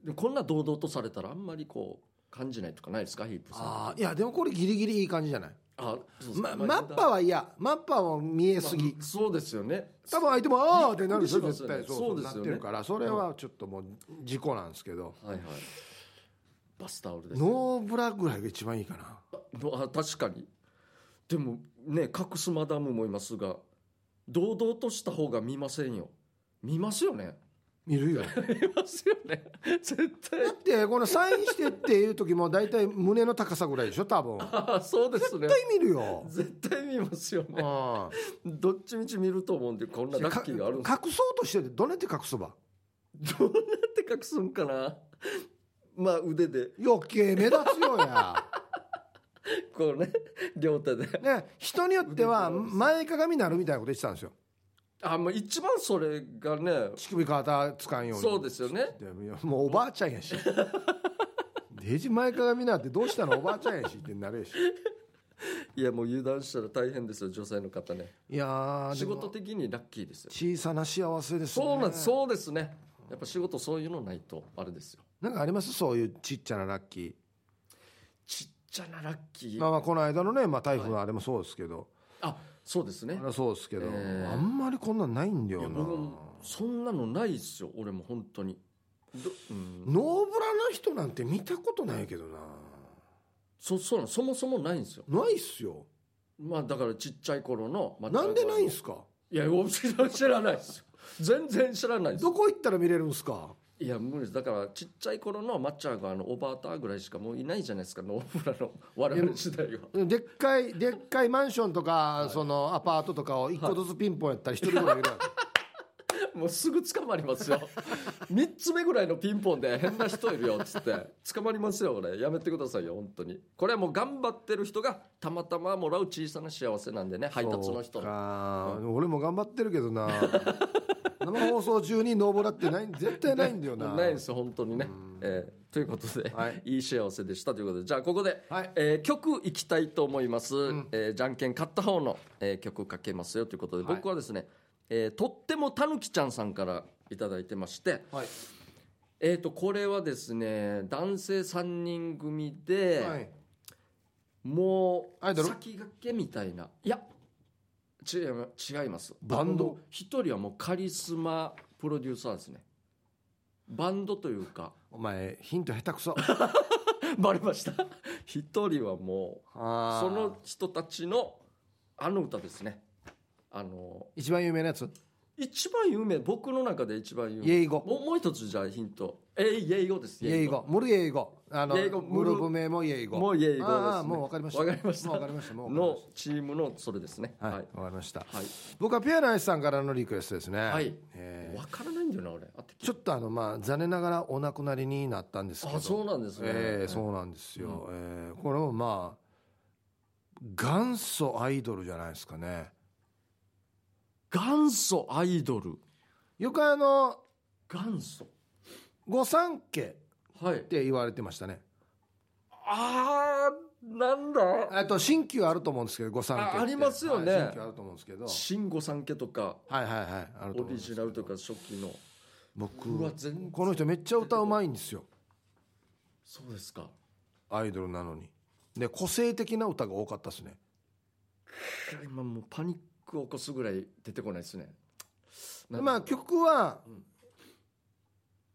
いでこんな堂々とされたらあんまりこう感じないとかないですかヒープさんああいやでもこれギリギリいい感じじゃない、あそうですま、かマッパは嫌マッパは見えすぎ、まあそうですよね多分相手もああってなるでしょびっくりし絶ますよね対そうそそううでなすってよねるからそれはちょっともう事故なんですけどはいはいバスタオルですノーブラぐらいが一番い いかなのあ確かにでもね隠すマダムもいますが堂々とした方が見ませんよ見ますよね見るよ見ますよね 絶対だってこのサインしてっていう時も大体胸の高さぐらいでしょ多分絶あそうですね対見るよ絶対見 ますよねあどっちみち見ると思うんでこんなラッキーがあるんです隠そうとしててどねって隠すばどうなって隠すんかなまあ腕で余計目立つよや こうね両手でね人によっては前かがみになるみたいなこと言ってたんですよあもう一番それがね乳首肩つかんようにそうですよねでいやもうおばあちゃんやしデジ前かがみなんてどうしたのおばあちゃんやしってなるやしいやもう油断したら大変ですよ女性の方ねいやー仕でも事的にラッキーですよ小さな幸せですねそうなんですそうですねやっぱ仕事そういうのないとあれですよなんかありますそういうちっちゃなラッキーちっちゃなラッキー、まあまあこの間のね、まあ、台風のあれもそうですけど、あそうですねあれそうですけど、えーあんまりこんなんないんだよいなやノ僕ーもそんなのないですよ俺も本当にどうんブラの人なんて見たことないけどなそそうなのそもそもないんですよないっすよまあだからちっちゃい頃のまあなんでないんすすかいや僕知ら知らないですよ全然知らないですどこ行ったら見れるんすかいや無理ですだからちっちゃい頃のマッチャーがあのオーバーターぐらいしかもういないじゃないですかノーブラの我々時代はでっかいでっかいマンションとか、そのアパートとかを一個ずつピンポンやったら一人ぐらいいるやもうすぐ捕まります よ3つ目ぐらいのピンポンで変な人いるよっつって捕まりますよ俺やめてくださいよ本当にこれはもう頑張ってる人がたまたまもらう小さな幸せなんでね配ん達の人そうの か俺も頑張ってるけどな生放送中にノーボラってない絶対ないんだよなないです本当にね、えーということで、はいい、い幸せでしたということでじゃあここで、はいえー曲いきたいと思います、えーじゃんけん勝った方の、えー曲かけますよということで、はい僕はですね、えーとってもたぬきちゃんさんからいただいてまして、はいえー、とこれはですね男性3人組で、はいもアイうドル先駆けみたいないや違いま違いますバンドあの一人はもうカリスマプロデューサーですねバンドという かお前ヒント下手くそバレました一人はもうあそその人たちのあの歌ですねあの一番有名なやつ一番有名僕の中で一番有イ名エイゴもうもう一つじゃあヒントえー、イエイゴですイエイゴムルイエイゴあのイエイゴムムルルブメもイエイゴもうイエイゴですねああもうわかりましたわかりましたもうわかりましたもうわのかチームのそれですねりましたははいいわかりましたはい、僕はピアナイスさんからのリクエストですねはいえー分からないんだよな俺あちょっとあのまあ残念ながらお亡くなりになったんですけどあそうなんですね、えーそうなんですよ、えーこれもまあ元祖アイドルじゃないですかね元祖アイドルよくあの元祖御三家はいって言われてましたねあーなんだあと新旧あると思うんですけど御三家ってあありますよねはい新旧あると思うんですけど新御三家とかはいはいはいあるとオ思うんリですジけどナルとか初期の僕うわ全然この人めっちゃ歌うまいんですよそうですかアイドルなのにで個性的な歌が多かったですね今もうパニックを起こすぐらい出てこないですねでまあ曲は、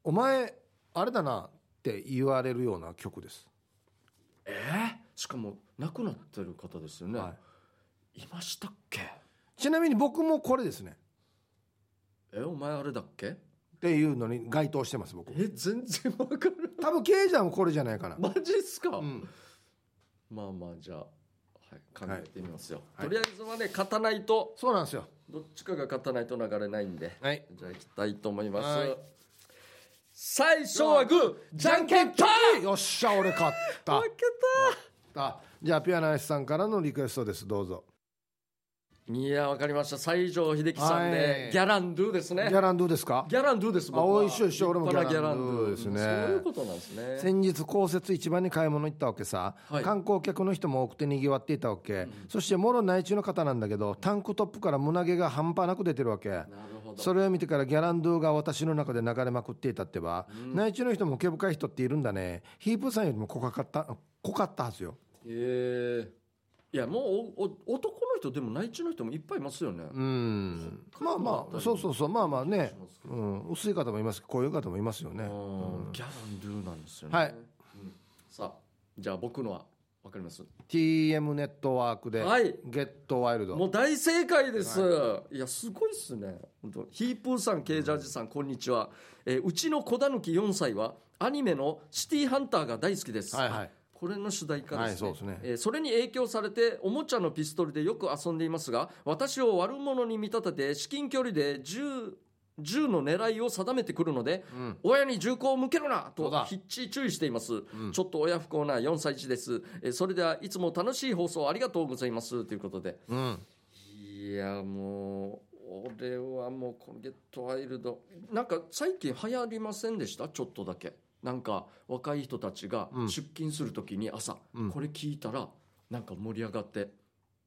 お前あれだなって言われるような曲です、えーしかも亡くなってる方ですよね、、はいましたっけい、ちなみに僕もこれですねえお前あれだっけっていうのに該当してます僕え全然わからない多分ケイジャーもこれじゃないかな、マジっすか、うん、まあまあじゃあ、はい、考えてみますよ、はいとりあえずはね勝たないとそうなんですよどっちかが勝たないと流れないんではいじゃあ行きたいと思います。はい最初はグー、じゃんけんぽん。よっしゃ俺勝った負けた。あじゃあピアナイスさんからのリクエストですどうぞいやわかりました。西城秀樹さんはでいギャランドゥですギね。ャランドゥですかギャランドゥです。僕はあ一緒一緒俺も立派なギャランドゥですねギャランドゥそういうことなんですね。先日公設市場に買い物行ったわけさ、はい観光客の人も多くてにぎわっていたわけ、そしてもろ内地の方なんだけどタンクトップから胸毛が半端なく出てるわけなるほど。それを見てからギャランドゥが私の中で流れまくっていたってば、内地の人も毛深い人っているんだねヒープさんよりも濃かった濃かったはずよええいやもうおお男の人でも内地の人もいっぱいいますよね。うんまあま北海道だったありそうそうそうまあまあねします、けうん、薄い方もいますけどこういう方もいますよねうんギャランドゥなんですよね。はいうんさあじゃあ僕のはわかります。 TM ネットワークで、はいゲットワイルドもう大正解です、い、やすごいっすね本当ヒープーさんケイジャージさんこんにちは、えーうちの子だぬき4歳はアニメの「シティーハンター」が大好きです、はいはいこれの主題歌ですね,、はいそうですねえーそれに影響されておもちゃのピストルでよく遊んでいますが私を悪者に見立てて至近距離で銃銃の狙いを定めてくるので、ん親に銃口を向けるなそとうだひっちり注意しています、ちょっと親不幸な4歳児です、えーそれではいつも楽しい放送ありがとうございますということでうんいやもう俺はもうこのゲットワイルドなんか最近流行りませんでしたちょっとだけなんか若い人たちがうん出勤する時に朝、うんこれ聞いたらなんか盛り上がって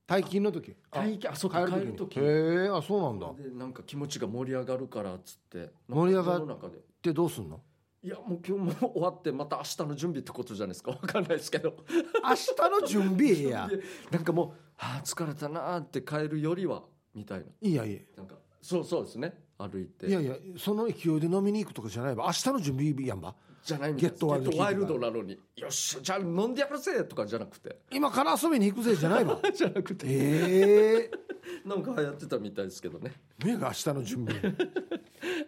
退勤の時あ帰あそうか帰る時へにえあそうなんだっでなんか気持ちが盛り上がるからっつって盛り上がるる中でてどうすんのいやもう今日も終わってまた明日の準備ってことじゃないですかわかんないですけど明日の準備い やいやなんかもう「はあ疲れたな」って帰るよりはみたいないやいやなんかそうそうですね歩いていやいやその勢いで飲みに行くとかじゃないば明日の準備やんばじゃないみたいですゲットワイルドゲットワイルドなのによっしゃじゃあ飲んでやるぜとかじゃなくて今から遊びに行くぜじゃないば じゃなくてええなんか流行ってたみたいですけどね目が明日の準 備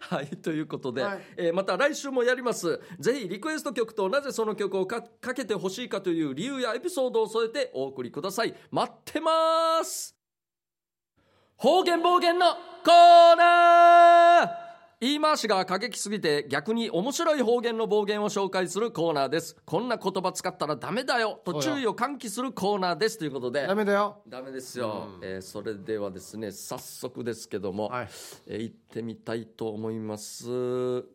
はいということで、はいえーまた来週もやりますぜひリクエスト曲となぜその曲をかかけてほしいかという理由やエピソードを添えてお送りください待ってます方言暴言のコーナー言い回しが過激すぎて逆に面白い方言の暴言を紹介するコーナーですこんな言葉使ったらダメだよと注意を喚起するコーナーですということでダメだよダメですよ、えーそれではですね早速ですけども、はいえー行ってみたいと思いますじゃあ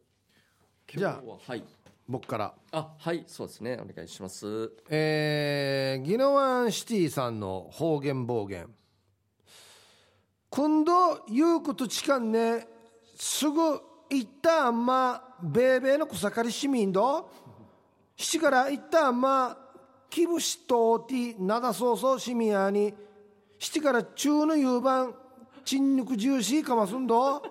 今日ははい僕からあはいそうですねお願いしますえー、ギノワンシティさんの方言暴言今度言うことちかんねすぐ行ったあんまべーべーの草刈り市民ど七から行ったあんまキブシとおてなだそうそう市民やに七から中の夕晩ちんぬくジューシーかますんど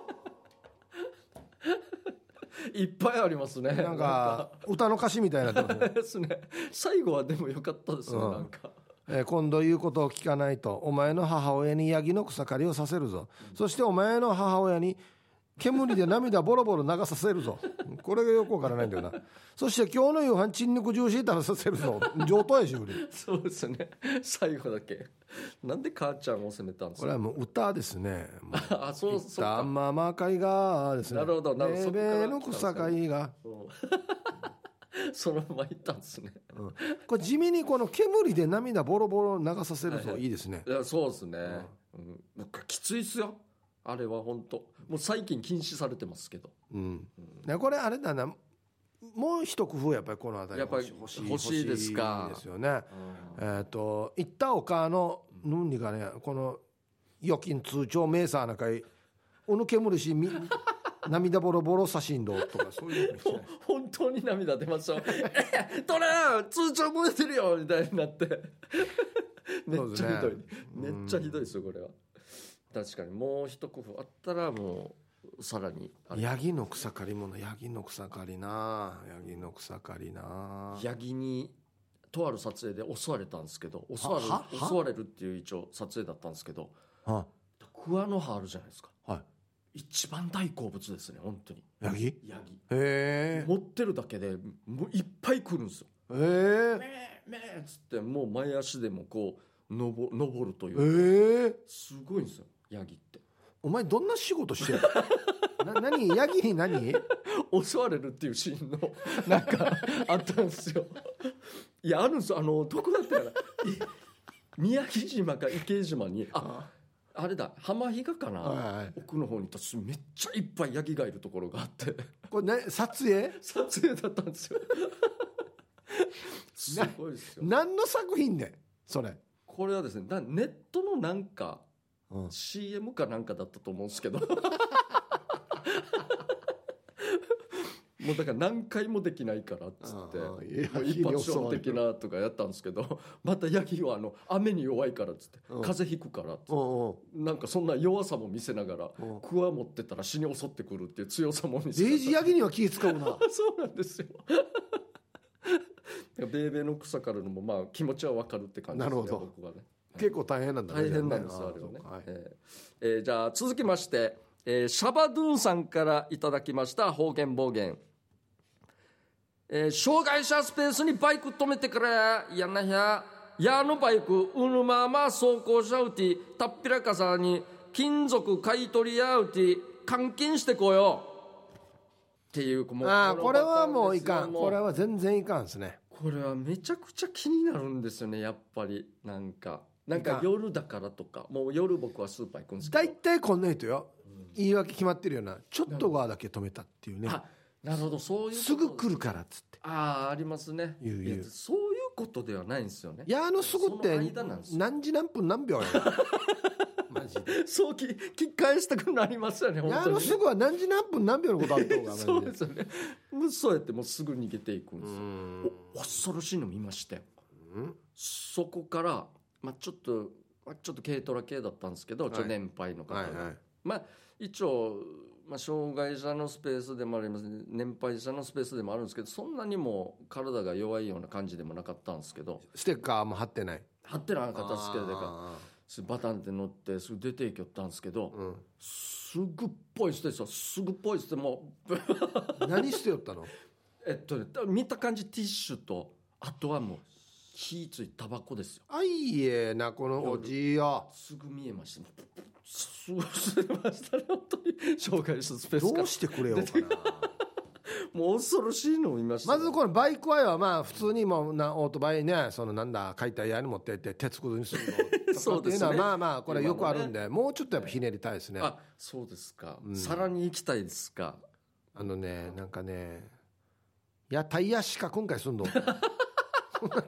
いっぱいありますね なんか歌の歌詞みたいになっ てますねですね最後はでも良かったですね、なんかえー今度言うことを聞かないとお前の母親にヤギの草刈りをさせるぞ、そしてお前の母親に煙で涙ボロボロ流させ るぞこれがよくわからないんだよなそして今日の夕飯ちんぬくジューシー食べさせるぞ上等やし売りそうですね最後だけなんで母ちゃんを責めたんですこれかはもう歌ですねもうあそうそう歌ままかいがですねなるほどなるほどべーべーのそこから来草たんですね刈りが、そのまま行ったん ですねうんこれ地味にこの煙で涙ボロボロ流させるぞ、いいですねいやそうですね、うんなんかきついっすよあれは本当もう最近禁止されてますけどうん、でこれあれだなもう一工夫やっぱりこの辺りやっぱり欲しいですか欲しいですよねえっ、と行ったおかの何にかねこの預金通帳明細なんかおぬけむる しみ涙ボロボロ写真どとかそういうのしない本当に涙出ました よえっトラン通帳漏れてるよみたいになって めっちゃひどい、めっちゃひどいですよこれは確かにもう一工夫あったらもうさらにあれヤギの草刈りもなヤギの草刈りなヤギの草刈りなヤギにとある撮影で襲われたんですけど襲われはるは襲われるっていう一応撮影だったんですけどあ桑の葉あるじゃないですかは一番大好物ですね本当にいヤギヤギへえ持ってるだけでもういっぱい来るんですよへえめーめーっつってもう前足でもこうのぼ登るというええすごいんですよヤギってお前どんな仕事してるな何ヤギに何襲われるっていうシーンのなんか あったんですよいやあるんですよあのどこだったかない宮城島か池江島にああれだ浜比嘉かな、はいはい奥の方にいたすめっちゃいっぱいヤギがいるところがあって これね撮影撮影だったんですよすごいですよ何の作品でそれ、これはですねなネットのなんかうん、 CM かなんかだったと思うん ですけどもうだから何回もできないからっつってあもうーいや一発勝負的なとかやったんですけど またヤギはあの雨に弱いからっつってうん風邪ひくからっつっておうなんかそんな弱さも見せながらおうクワ持ってたら死に襲ってくるっていう強さも見せデなイジがヤギには気使う ならそうなんですよベーベーの草からのもまあ気持ちはわかるって感じですねなるほど僕はね結構大変なんだね大変なんですじゃよああれはねそうかはいえーえーじゃあ続きまして、えーシャバドゥンさんからいただきました方言暴言、えー障害者スペースにバイク止めてくれやなややのバイクうぬまま走行しゃうてたっぴらかさに金属買い取りやうて監禁してこよっていうもうああこれはもういパタかーンんですよこれは全然いかんですねこれはめちゃくちゃ気になるんですよねやっぱりなんかなんいかかん夜だからとかもう夜僕はスーパー行くんですけ大ど体こんな人よ言い訳決まってるよなちょっと側だけ止めたっていうねあなるほどそういうことすぐ来るからっつってああありますね言う言ういやそういうことではないんですよねいやあのすぐっそての間なんですよ何時何分何秒や マジでそうきき返したくなりますよねい本やあ当にのねすぐは何時何分何秒のことあったのかそうですよねもうそうやってもうすぐ逃げていくんですよんお恐ろしいの見ましたよそこから、まあ、ちょっと、まあ、ちょっと軽トラ系だったんですけど、ちょっとはい年配の方が、はいはいまあ一応、まあ、障害者のスペースでもありますね年配者のスペースでもあるんですけどそんなにも体が弱いような感じでもなかったんですけどステッカーも貼ってない張ってなかったですけどだからあすぐバタンって乗ってすぐ出ていきよったんですけど、ーうんすぐっぽいしてですよすぐっぽいしてもう何してよったのえっとね見た感じティッシュとあとはもう火ついたタバコですよあいえなこのおじいよすぐ見えましたそうしてましたね本当に 紹介したスペースどがうしてくれようかなもう恐ろしいのを見ましたまね、ずこのバイク愛はまあ普通にもうなオートバイねそのなんだ解体屋に持ってって鉄くずにする のそうですねとかっていうのはまあまあこれはよくあるんで、もうちょっとやっぱひねりたいですねあそうですか、さらに行きたいです かあのね、なんかね、いや、タイヤしか今回すん の。ガ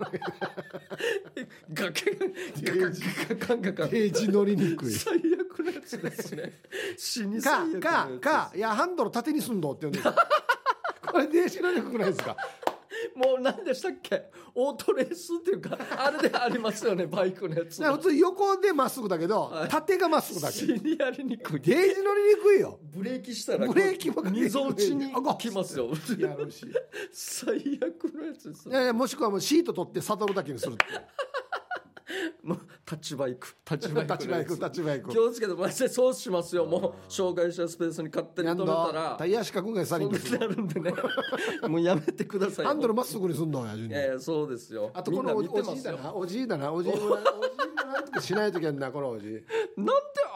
ケンガガガガンガガンージ乗りにく最悪のやつです ね死に最悪のか、やつか、か、いや、ハンドル縦にすんのって言うんです よこれ、電子乗りにくくないですか。もう何でしたっけオートレースっていうかあれでありますよねバイクのやつだから普通横でまっすぐだけど、縦がまっすぐだ死け。にやりにくいゲージ乗りにくいよ。ブレーキしたらブレーキもかけにくい溝落ちに来ますよやるし。い最悪のやつですねやいや、もしくはもうシート取ってサドルだけにするっていう。もうタッチバイクタッチバイク立ちバイク、立ちバイク気。をつけてマジでそうしますよもう障害者スペースに勝手にな止んめただら、タイヤしか今回さそりんになくい。になるんでね もうやめてくださいよハンドルまっすぐにすんのや、順いにやいやそうですよあとこのおみんな見てまおじいすだよな、おじいだな、おじいだな、おじいだな、とかしないときやんな、このおじい。なんで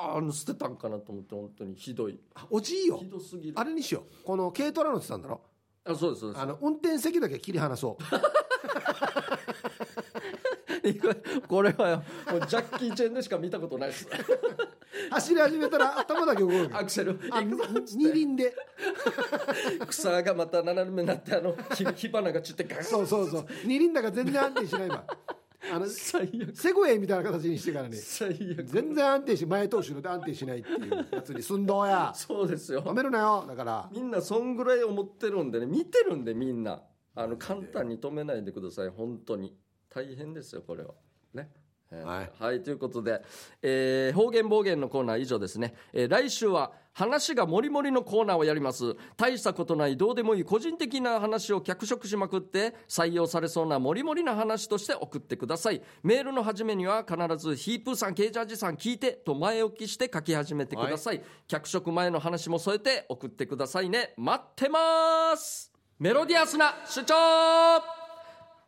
あの捨てたんかなと思って本当にひどいおじいよひ。どすぎるあれにしよう。この軽トラ乗ってたんだろ。あそうですそうですあの運転席だけ切り離そう。 これはもうジャッキー・チェンでしか見たことないです 走り始めたら頭だけ動く。アクセルあ二輪で。草がまた斜めになってあの火火花が散ってガンそうそうそう。二輪だから全然安定しない今。あの最悪セグウェイみたいな形にしてからね。最悪全然安定し前と後ろで安定しないっていうやつに寸胴や。そうですよ止めるなよ。だから。みんなそんぐらい思ってるんでね見てるんでみんなあの簡単に止めないでください本当に大変ですよこれはねえーはいということで、えー方言暴言のコーナー以上ですね、えー来週は話がもりもりのコーナーをやります大したことないどうでもいい個人的な話を脚色しまくって採用されそうなもりもりな話として送ってくださいメールの始めには必ず「ヒープーさんケージャージさん聞いて」と前置きして書き始めてください、脚色前の話も添えて送ってくださいね待ってますメロディアスな主張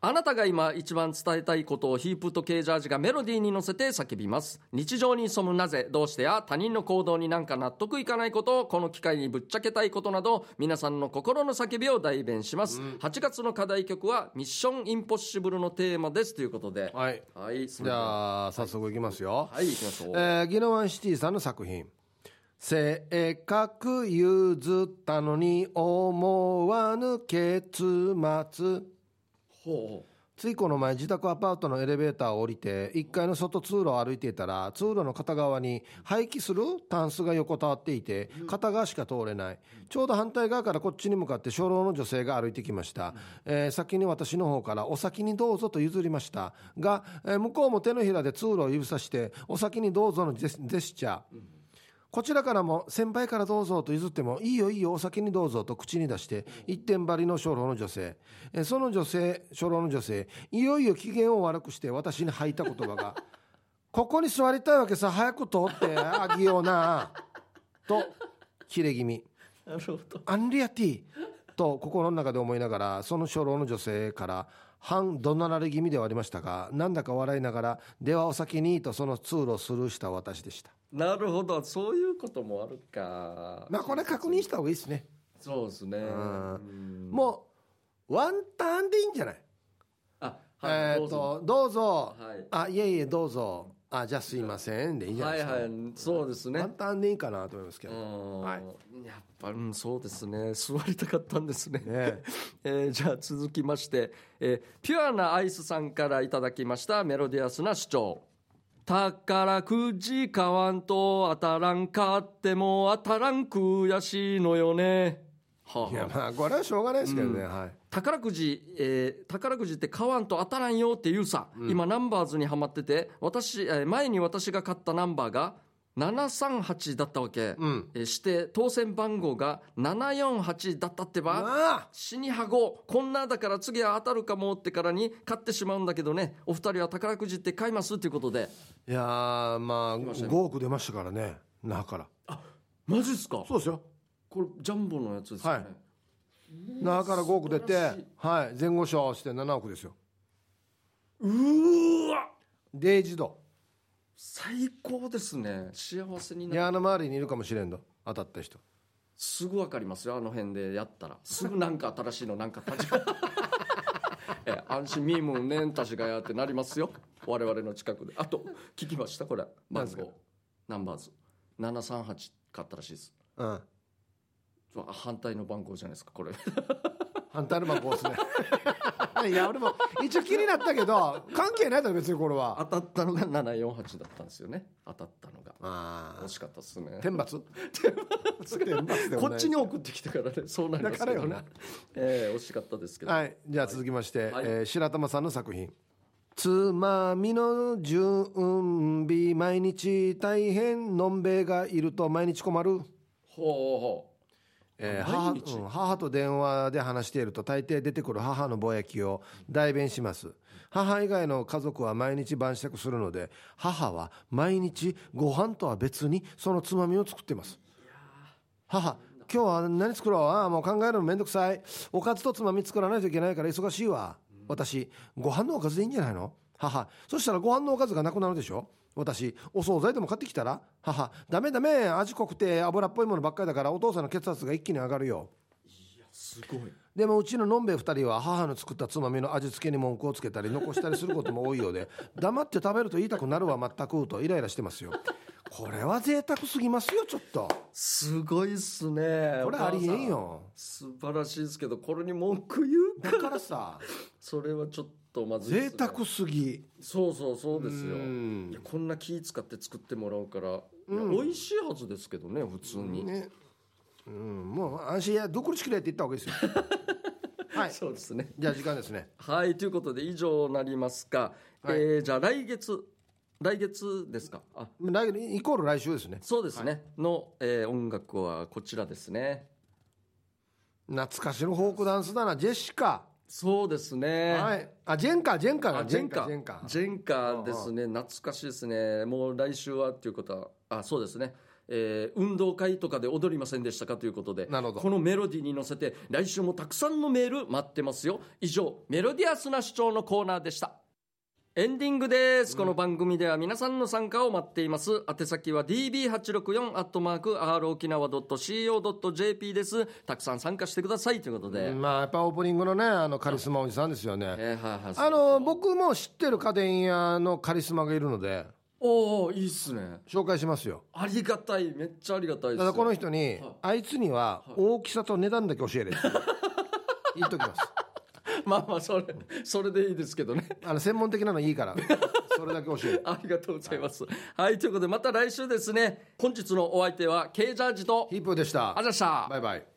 あなたが今一番伝えたいことをヒープとケージャージがメロディーに乗せて叫びます日常に潜むなぜどうしてや他人の行動になんか納得いかないことをこの機会にぶっちゃけたいことなど皆さんの心の叫びを代弁します、8月の課題曲は「ミッションインポッシブル」のテーマですということではい。はいそじれではゃあ早速いきますよ。はい行きましょう、えーギノワンシティさんの作品「せっかく譲ったのに思わぬ結末」ほうついこの前自宅アパートのエレベーターを降りて1階の外通路を歩いていたら通路の片側に廃棄するタンスが横たわっていて片側しか通れないちょうど反対側からこっちに向かって初老の女性が歩いてきました、えー先に私の方から「お先にどうぞ」と譲りましたが、えー向こうも手のひらで通路を指さして「お先にどうぞ」のジェスジェスチャーこちらからも先輩からどうぞと譲ってもいいよいいよお先にどうぞと口に出して一点張りの初老の女性えその女性初老の女性いよいよ機嫌を悪くして私に吐いた言葉が 「ここに座りたいわけさ早く通ってあげような」と切れ気味なるほど「アンリアティ」と心の中で思いながらその初老の女性から半怒鳴られ気味ではありましたがなんだか笑いながら「ではお先に」とその通路をスルーした私でした。なるほどそういうこともあるかまあこれ確認した方がいいですね。そうですねうんもうワンタンでいいんじゃない、あえどっ、うぞとどうぞ、はいあいえいえどうぞあじゃあすいませんでいいんじゃないはでいすか、はいそうですねワンタンでいいかなと思いますけうど、んはいやっぱ、うん、そうですね座りたかったんですねええーじゃあ続きまして、えーピュアなアイスさんからいただきましたメロディアスな主張宝くじ買わんと当たらんかっても当たらん悔しいのよねはあいやまあこれはしょうがないですけどね、はい宝くじ、えー宝くじって買わんと当たらんよっていうさ、今ナンバーズにはまってて私、えー前に私が買ったナンバーが738だったわけ、うんえーして当選番号が748だったってば、あ死にはごこんなだから次は当たるかもってからに買ってしまうんだけどねお二人は宝くじって買いますっていうことでいやーまあ5億出ましたからね那覇からマジっすかそうですよこれジャンボのやつですよね、はい那覇から5億出て素晴らしいはい前後賞して7億ですようーわデイジド最高ですね幸せになる矢の周りにいるかもしれんの当たった人すぐ分かりますよあの辺でやったらすぐなんか新しいのなんか立ち ええ安心ミームねんたちがやってなりますよ我々の近くであと聞きましたこれ番何号ナンバーズ738買ったらしいですうんそう反対の番号じゃないですかこれ 反対の番号ですね いや俺も一応気になったけど関係ないだろ別にこれ当はたったのが748だったんですよね当たったのがあ惜しかったですね天罰天罰でもこないっちに送ってきたからねそうなりますけどだねからよなええ惜しかったですけど、はいじゃあ続きまして、はいえー白玉さんの作品「つまみの準備毎日大変のんべえがいると毎日困る」ほうほうえー母毎日うん母と電話で話していると大抵出てくる母のぼやきを代弁します母以外の家族は毎日晩酌するので母は毎日ご飯とは別にそのつまみを作っています母今日は何作ろうああもう考えるのめんどくさいおかずとつまみ作らないといけないから忙しいわ私ご飯のおかずでいいんじゃないの母そしたらご飯のおかずがなくなるでしょ私お惣菜でも買ってきたら母ダメダメ味濃くて脂っぽいものばっかりだからお父さんの血圧が一気に上がるよいやすごいでもうちののんべえ2人は母の作ったつまみの味付けに文句をつけたり残したりすることも多いようで黙って食べると言いたくなるわ全くとイライラしてますよこれは贅沢すぎますよちょっとすごいっすねこれありえお母んよさん素晴らしいですけどこれに文句言うだからさそれはちょっとまずいっすね贅沢すぎそうそうそうですようんいやこんな気使って作ってもらうから、いやうん美味しいはずですけどね普通に、ねうんもう安心やどっくりしくれって言った方 がいいですよはいそうですねじゃあ時間ですねはいということで以上になりますか、はいえーじゃあ来月来月ですかあ来イコール来週ですねそうですね、の、えー音楽はこちらですね懐かしのフォークダンスだなジェシカ、そうですねはいあジェンカジェンカあがジェンカジェンカジェンカですね懐かしいですねもう来週はっていうことはあそうですねえー運動会とかで踊りませんでしたかということでなるほどこのメロディーに乗せて来週もたくさんのメール待ってますよ以上メロディアスな主張のコーナーでしたエンディングです。この番組では皆さんの参加を待っています。宛先は db864 アットマーク r 沖縄 .co.jp です。たくさん参加してくださいということで。まあやっぱオープニングのねあのカリスマおじさんですよねえーはいはいあの僕も知ってる家電屋のカリスマがいるのでおおいいっすね。紹介しますよありがたい、めっちゃありがたいです。ただこの人に、あいつには大きさと値段だけ教えれって言っときますまあまあ、それ、それでいいですけどね。 あの専門的なのいいからそれだけ教えるありがとうございます。はい、ということで、また来週ですね。本日のお相手は、K ジャージと、ヒープーでしたあざした。バイバイ